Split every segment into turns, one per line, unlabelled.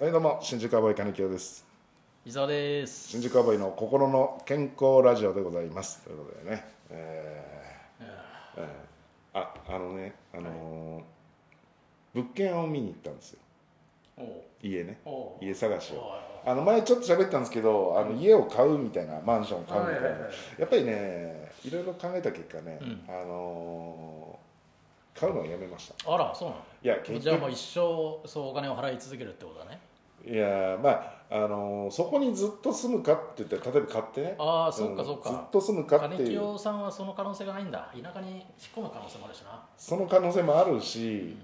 はいどうも新宿アボイ金城です
伊沢です
新宿アボイの心の健康ラジオでございますということでねえーえーああのねあのー物件を見に行ったんですよ
おう
家ね
おう
家探し
おう
をあの前ちょっと喋ったんですけどあの家を買うみたいなマンションを買うみたいな、
はいはいはい
やっぱりねいろいろ考えた結果ね、
うん
あのー買うのはやめました
あらそうなの
いや結
じゃあも
局
う一生そうお金を払い続けるってことだね
いやまああのーそこにずっと住むかって言ったら例えば買ってね
ああそうかそう
ずっ
か
と住むかって
金
いう
清さんはその可能性がないんだ田舎に引っ込む可能性もあるしな
その可能性もあるし、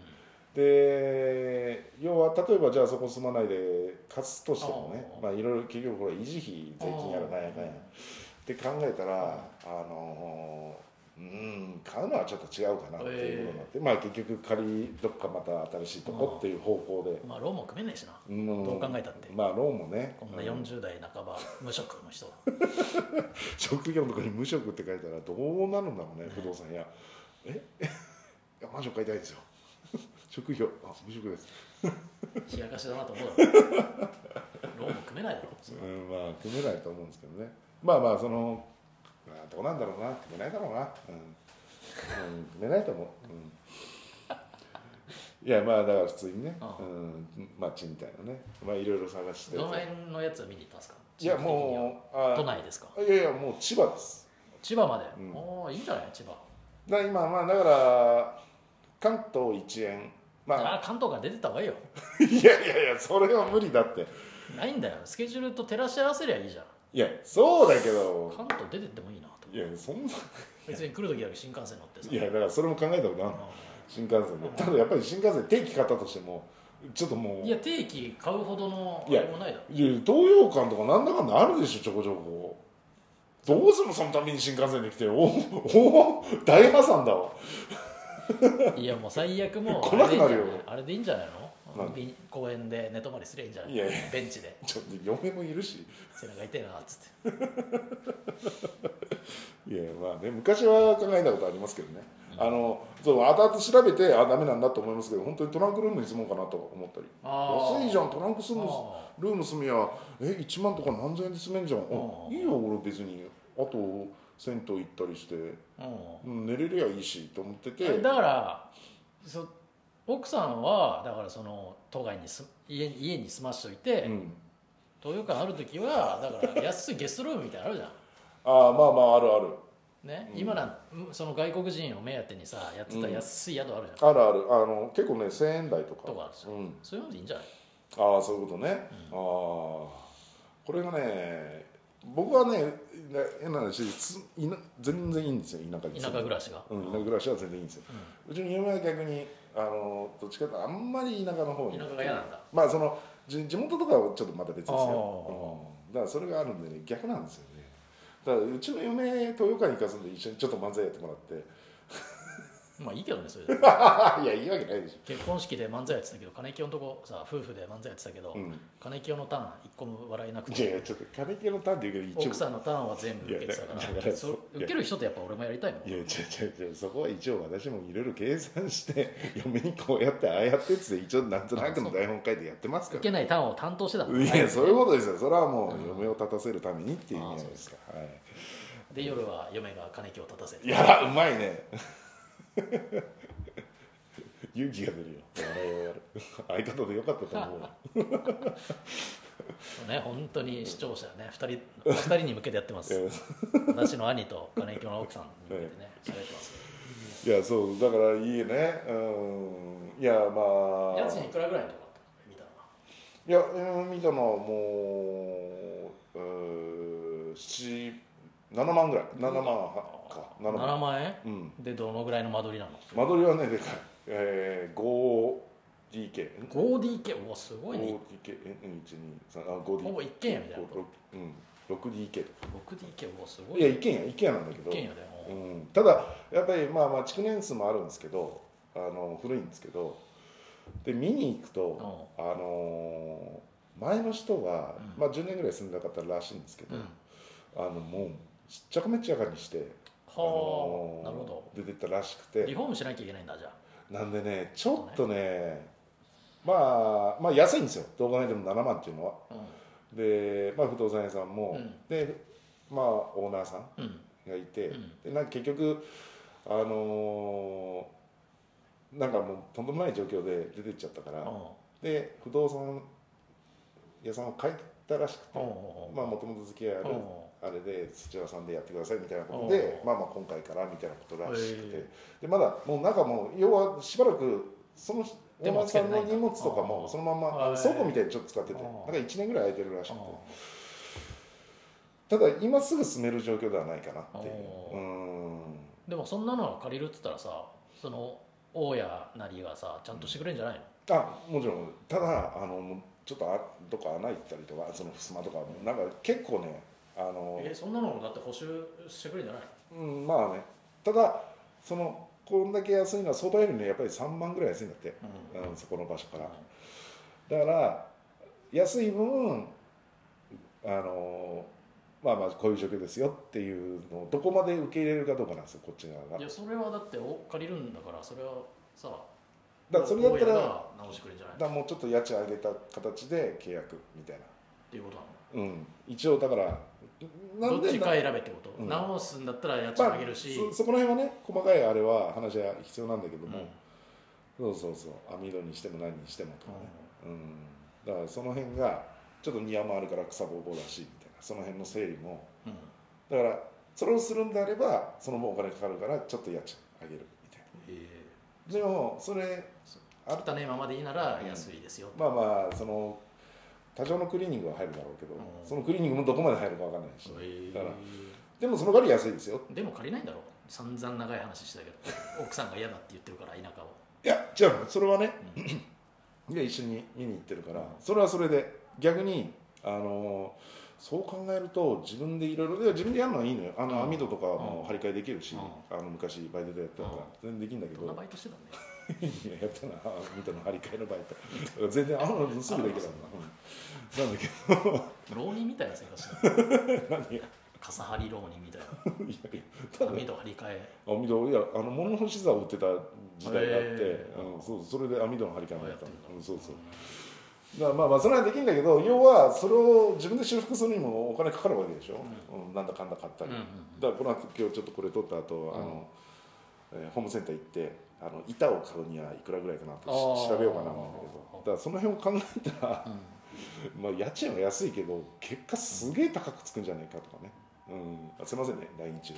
で要は例えばじゃあそこ住まないで貸すとしてもね
ああ
まあいろいろ結局これ維持費税金やらなんやかんやって考えたらあのうん買うのはちょっと違うかなっていうことになって、まあ結局借りどっかまた新しいとこっていう方向で、
まあローンも組めないしな
うん
どう考えたって
まあローンもね
こんな
うん
40代半ば無職の 人
職業のとこに無職って書いたらどうなるんだろうね不動産屋え いやマンション買いたいですよ 職業あ無職です
冷やかしだなと思うだろローンも組めないだろそんな
うん、まあ組めないと思うんですけどねまあまあその、まあ、どうなんだろうな組めないだろうなうん、うん、組めないと思う、うん、いやまあだから普通にね、
あ
う
あ
ん、まあ賃貸のねまあいろいろ探して
どの辺のやつを見に行ったんですか
いや
地
もう
域的には
あ
都内ですか
いやいやもう千葉です
千葉まで、
うん
おーいいんじゃない千葉
だから今まあだから関東一円まあ
あ関東から出てった方がいいよ
いやいやいやそれは無理だって
ないんだよスケジュールと照らし合わせりゃいいじゃん
いやそうだけど
関東出てってもいいなと
いやそんな
別に来る時だけ新幹線乗ってさ
いやだからそれも考えたことある新幹線で
うん
ただやっぱり新幹線定期買ったとしてもちょっとも
う
うん
い
い
や
や
定期買うほどのあ
いや
れもないだろ
東洋館とかなんだかんだあるでしょちょこちょこどうするのそのために新幹線で来ておお大破産だわ
いやもう最悪もう
来なくなるよ
あれでいいんじゃないのあれでいいんじゃな
何
いのび公園で寝泊まりすりゃいいんじゃない
いやいや
ベンチで
ちょっと嫁もいるし
背中痛いなっつって
いやまあね昔は考えたことありますけどね、あのそう後々調べてあダメなんだと思いますけど本当にトランクルームに住もうかなと思ったり
あー
安いじゃんトランク住む
あ
ルーム住みやえ1万とか何千円で住めんじゃんあ
あー
いいよ俺別にあと銭湯行ったりして
ー
うん寝れりゃいいしと思ってて
うんだからそ奥さんはだからその都外にす家に家に住ましといて、
うん、
東洋館ある時はだから安いゲストルームみたいなのあるじゃん
ああまあまああるある
ね、
うん
今なんその外国人を目当てにさやってた安い宿あるじゃん、
あるあるあの結構ね1000円台とか
とかあるじゃん
うん、
そういうのでいいんじゃない
ああそういうことね、ああこれがね僕はねな変な話ついな全然いいんですよ田舎に
田舎暮らしが、
うん、田舎暮らしは全然いいんですよ、うちの嫁は逆にあのどっちかというとあんまり田舎の方に
田舎が嫌なんだ
まあそのじ地元とかはちょっとまた別ですよう
あ、
ん、だからそれがあるんでね逆なんですよねだからうちの嫁豊岡に行かすんで一緒にちょっと漫才やってもらって
まあいいけどねそれで
いやいいわけないでし
結婚式で漫才やってたけど金清のとこさ夫婦で漫才やってたけ
ょ、
ど、
うん、
金清のターン一個も笑えなく
いやい
て
やちょっと金系のターンで言うけど一応
奥さんのターンは全部受けてたから
いやだから
そ
だ
う
から
受ける人とやっぱ俺もやりたいもん
いや違う違う違うそこは一応私もいろいろ計算して 嫁にこうやってああやってっつって一応なんとなくの台本書いてやってますか
受
ら
けないターンを担当してたもん
いやそういうことですよそれはもう嫁を立たせるためにっていう意味じゃないですか、はい、
で夜は嫁が金清を立たせ
い
て
やらうまいね勇気が出るよ笑いをやる相方でよかったと思うよ
ね本当に視聴者ね2人二人に向けてやってます
え
私の兄と金井教の奥さんに向けてね喋ってます
ー いやそうだからいいねうんいやまあ
家賃いくらぐらいのとこだったの見たのはい
や、うん見たのはもう、えー、7 7万ぐらい7万はか7
7
万
万円
うん
でどのぐらいの間取りなの
間取りはねでかい、えー、5DK ん
5DK おすごい
5DK
ね
え123あ
ほ
5DK
ぼ一軒家みたいなこ
うん、6DK と
と 6DK おすご
い
い
や
ね
一軒家一軒家なんだけど
一軒家だよ
うん、ただやっぱりまあまあ築年数もあるんですけどあの古いんですけどで見に行くと、あのー前の人は、
うん
まあ、10年ぐらい住んでなかったらしいんですけど、
うん
あのもうしっちゃかめっちゃかにして、あ
は
のー
あなるほ
出てったらしく
どリ
て
フォームしなきゃいけないんだじゃ
なんでねちょっとねまあ、まあ安いんですよどう考えても7万っていうのは
う
で、まあ、不動産屋さんも、
うん
でまあオーナーさん
んうん
がいて、
うん
でなんか結局あのーなんかもうとんでもない状況で出てっちゃったから、で不動産屋さんを変えたらしくて、まあもともと付き合いある、あれで土屋さんでやってくださいみたいなことで、
うん
まあまあ今回からみたいなことらしくて、
へ
でまだもう中も要はしばらくそのオ
で
ー
も
ナーさんの荷物とか
う
も
ん
そのま
う
ま
ん
倉庫みたいにちょっと使ってて
う
なんんか1年ぐらい空いてるらしくてただ今すぐ進める状況ではないかなっていう
う
うんん
でもそんなの借りるって言ったらさその大家なりがさちゃんとしてくれんじゃないの、
あもちろんただあのちょっとあどっか穴開いてたりとかその襖とかもなんか結構ねあの
えそんなのだって補修してくれんじゃない
うんまあねただそのこんだけ安いのは相場よりねやっぱり3万ぐらい安いんだって、
の、
うん、そこの場所か
うん
らだから安い分あのまあまあこういう状況ですよっていうのをどこまで受け入れるかどうかなんですよこっち側が
いやそれはだってお借りるんだからそれはさ
だからそれだったら
大
だ
家
か
が直してくれんじゃないっ
らもうちょっと家賃上げた形で契約みたいな
ていうことなの
うん一応だからな
どっちか
ま
選べってこと、
うん
直すんだったら家賃
あ
上げるし、
そそこら辺はね細かいあれは話は必要なんだけど
うん
も、そうそうそう網戸にしても何にしてもとかね、うん、だからその辺がちょっと庭もあるから草ぼうぼうだしみたいなその辺の整理も
うん
だからそれをするんであればその分お金かかるからちょっと家賃上げるみたい
え
なでもそれ
ー、あったねままでいいなら
うん
安いですよ、
まあまあその多少のクリーニングは入るだろうけど、
うん
そのクリーニングもどこまで入るか分かんないし、
えー
だからでもその代わり安いですよ
でも借りないんだろ散々長い話してたけ ど奥さんが嫌だって言ってるから田舎を
いやじゃあそれはね、で一緒に見に行ってるから、それはそれで逆にあのーそう考えると自分でいろいろ自分でやるのはいいのよあ
うん
の網戸とかはもう張り替えできるし、
う
あの昔バイトでやってたから全然できるんだけ
どんな
ど
バイトしてたんだよ
い ややったな網戸の張り替えのバイト全然あのすぐできたんだ、うん、なんだけ
浪人みたいな生 活してたの
ど何いや
傘張り浪人みた い
いやた
な
だ
網戸張り替え
網戸いやあの物干し座を売ってた時代があって、
へー
うん、そうそれで網戸の張り替えも
を
や
や
っ
って
た
る
の
んだ、
うん、そうそう
う
だからまあまあそれはできるんだけど要はそれを自分で修復するにもお金かかるわけでしょ、うんなんだかんだ買った
ん
り、
うん
だからこの後今日ちょっとこれ取った後、あのえーホームセンター行ってあの板を買うにはいくらぐらいかなと
あ
し
ー
調べようかなと思うんだけどだからその辺を考えたら、
うんうん
まあ、家賃は安いけど結果すげえ高くつくんじゃないかとかね、うん、あすいませんね LINE 中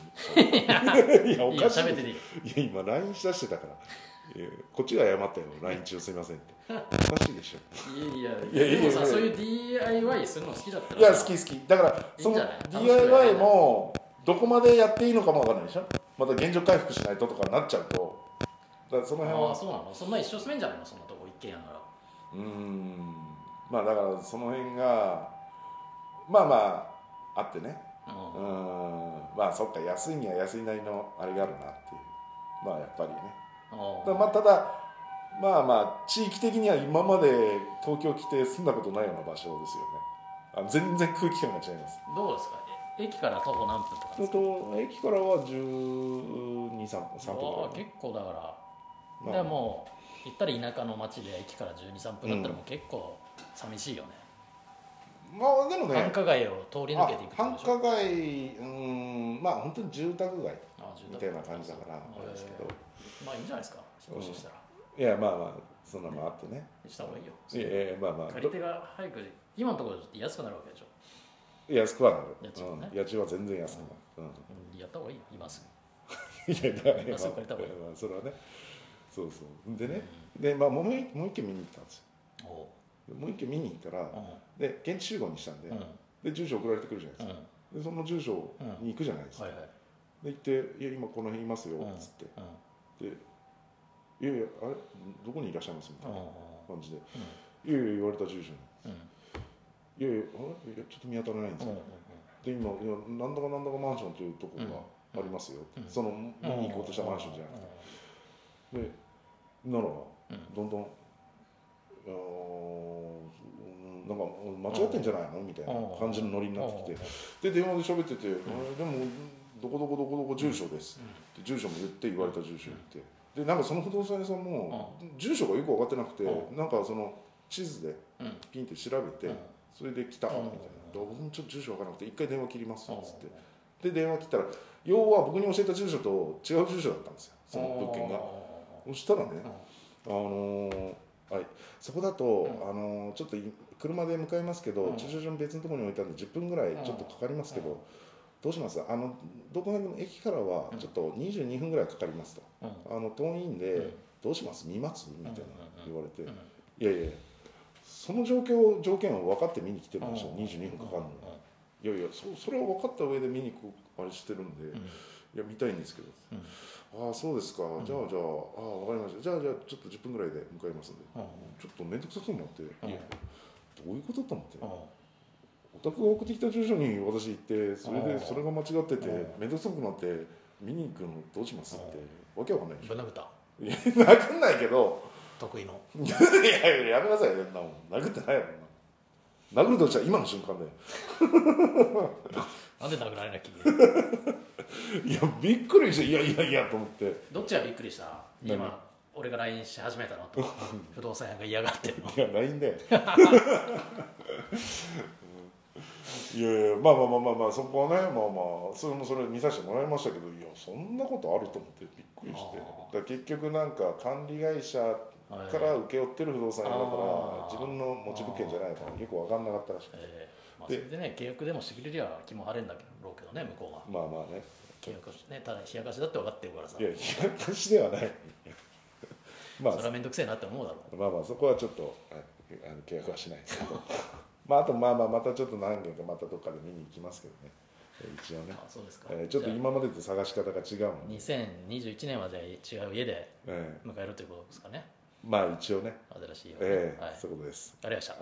にいやお
いいよ
かしい
喋ってていいよ
いや今 LINE 出してたからいやこっちが謝ったよ LINE 中すいませんっておかしいでしょ
いや
い
い
やい
や
いよ
で
いい
もさ
よ
そういう DIY するの好きだったら
いや好
い
き好きだから
いい
そ
ん
の
じゃない楽しくやればいい
DIY
んじゃない
もどこまでやっていいのかもわからないでしょまた現状回復しないととかなっちゃうとだからその辺
ああ
は
そうなのそんな一生住めんじゃないのそんなとこ一軒家なら
うーんまあだからその辺がまあまああってねうー
うん
まあそっか安いには安いなりのあれがあるなっていうまあやっぱりね
ん
ただまあただまあまあ地域的には今まで東京来て住んだことないような場所ですよねあ全然空気感が違います
どうですかえ駅から徒歩何分とか
えっと駅からは1 2 3分3分
わあ
ぐらい
結構だから
まあ
だからもう行ったら田舎の町で駅から1 2 3分だったらもう結構寂しいよね、
まあでも
繁
ね
華街を通り抜けていく
あ
っ
繁
てことでしょ
華街うんまあ本当に住宅街
あ住宅
みたいな感じだから
あ
あれですけど
まあいいんじゃないですか引っ越ししたら、
いやまあまあそんなのもあってね
した方がいいよ
いやいやまあまあ
借り手が早く今のところ安くなるわけでしょ
ど安くはなる
家賃はね
うん家賃は全然安くなるうん
うんやった方がいいよ今す
いやだから
まあそう借りた方がいい
まあそれはねそうそうでねでまあもう一もう一軒見に行ったんですよ
ぐおう
でもう一軒見に行ったら
う
で現地集合にしたんで
んうん
で住所送られてくるじゃないで
うんは
すかでその住所に行くじゃないです
い
か
はい
で行って「いや今この辺いますよ」
うん
っつって「
うん
いやいやあれどこにいらっしゃいます?」みた
う
い
ん
な感じで「いやいや言われた住所に
うん
いやいやあれいやちょっと見当たらないんです
うん
よ」で今いやなんだかなんだかマンションというとこがありますよ
う」ん
その見
うん
に行こうとしたマンションじゃなくてでなら
ん
どんどん「あーうんなんか間違ってんじゃないの?」みたいな感じのノリになってきてで電話で喋ってて「あれでもどこどこどこどこ住所です」って住所も言って言われた住所言ってでなんかその不動産屋さんも住所がよく分かってなくて、
う
なんかその地図で
うん
ピンって調べて、
うん
それで来たみたいな
うん
「どうもちょっと住所分からなくて一回電話切ります」っつって、で電話切ったら要は僕に教えた住所と違う住所だったんですよその物件がそしたらね、あのーはい、そこだと、
うん
あのーちょっとい車で向かいますけど、
うん
駐車場の別のところに置いたんで10分ぐらいちょっとかかりますけど、
うん
どうしますあのどこら辺の駅からはちょっと22分ぐらいかかりますと、
うん
あの遠いんで、
うん
どうします見ますみたいな
うん
言われて、
うん
いやいやその状況条件を分かって見に来てるんでしょ、
うん
22分かかるの、いやいやそそれを分かった上で見にこうあれしてるんで、
うん
いや見たいんですけど、ああそうですか、じゃあじゃあああ分かりましたじゃあじゃあちょっと10分ぐらいで向かいますんで
うん
ちょっと面倒くさそうになって、
ん
いやどういうことと思って、
うん
お宅が送ってきた住所に私行ってそれ
うん
でそれが間違ってて
うん
面倒くさくなって見に行くのどうしますってわけわかんないでし
ぶん殴った
ょ殴んないけど
得意の
いやいややめなさいよそんなもん殴ってないやろな殴るとしたら今の瞬間だよ
なんで殴られなきゃいけない
いやびっくりしていやいやいやと思って
どっちがびっくりした
何
今俺が LINE し始めたのと不動産屋が嫌がってるの
いや LINE だようんいやいやまあまあまあまあまあそこはねまあまあそれもそれ見させてもらいましたけどいやそんなことあると思ってびっくりしてだ
あ
から結局なんか管理会社から請け負ってる不動産屋だか
あ
ら
ー
自分の持ち物件じゃないからよく分かんなかったらしくて
ええまあ、そ
で
れでね契約でもしてくれりゃ気も晴れんだけどけどね向こうが
まあまあね
契約してねただ冷やかしだって分かってるからさ
いや冷やかしではないまあ
それは面倒くせえなって思うだろ
まあまあそこはちょっとはいあの契約はしないですけど まああとまあまあまたちょっと何件かまたどっかで見に行きますけどねえー一応
う
ね
あそうですか、
えーちょっと
じゃ
今までと探し方が違う
あ
のに、
2021年はじゃあ違う家で
え
迎えるということですかね
ーまあ一応ね、
新しい家をね
えー
はい、ありが
そういうことです。
とうございました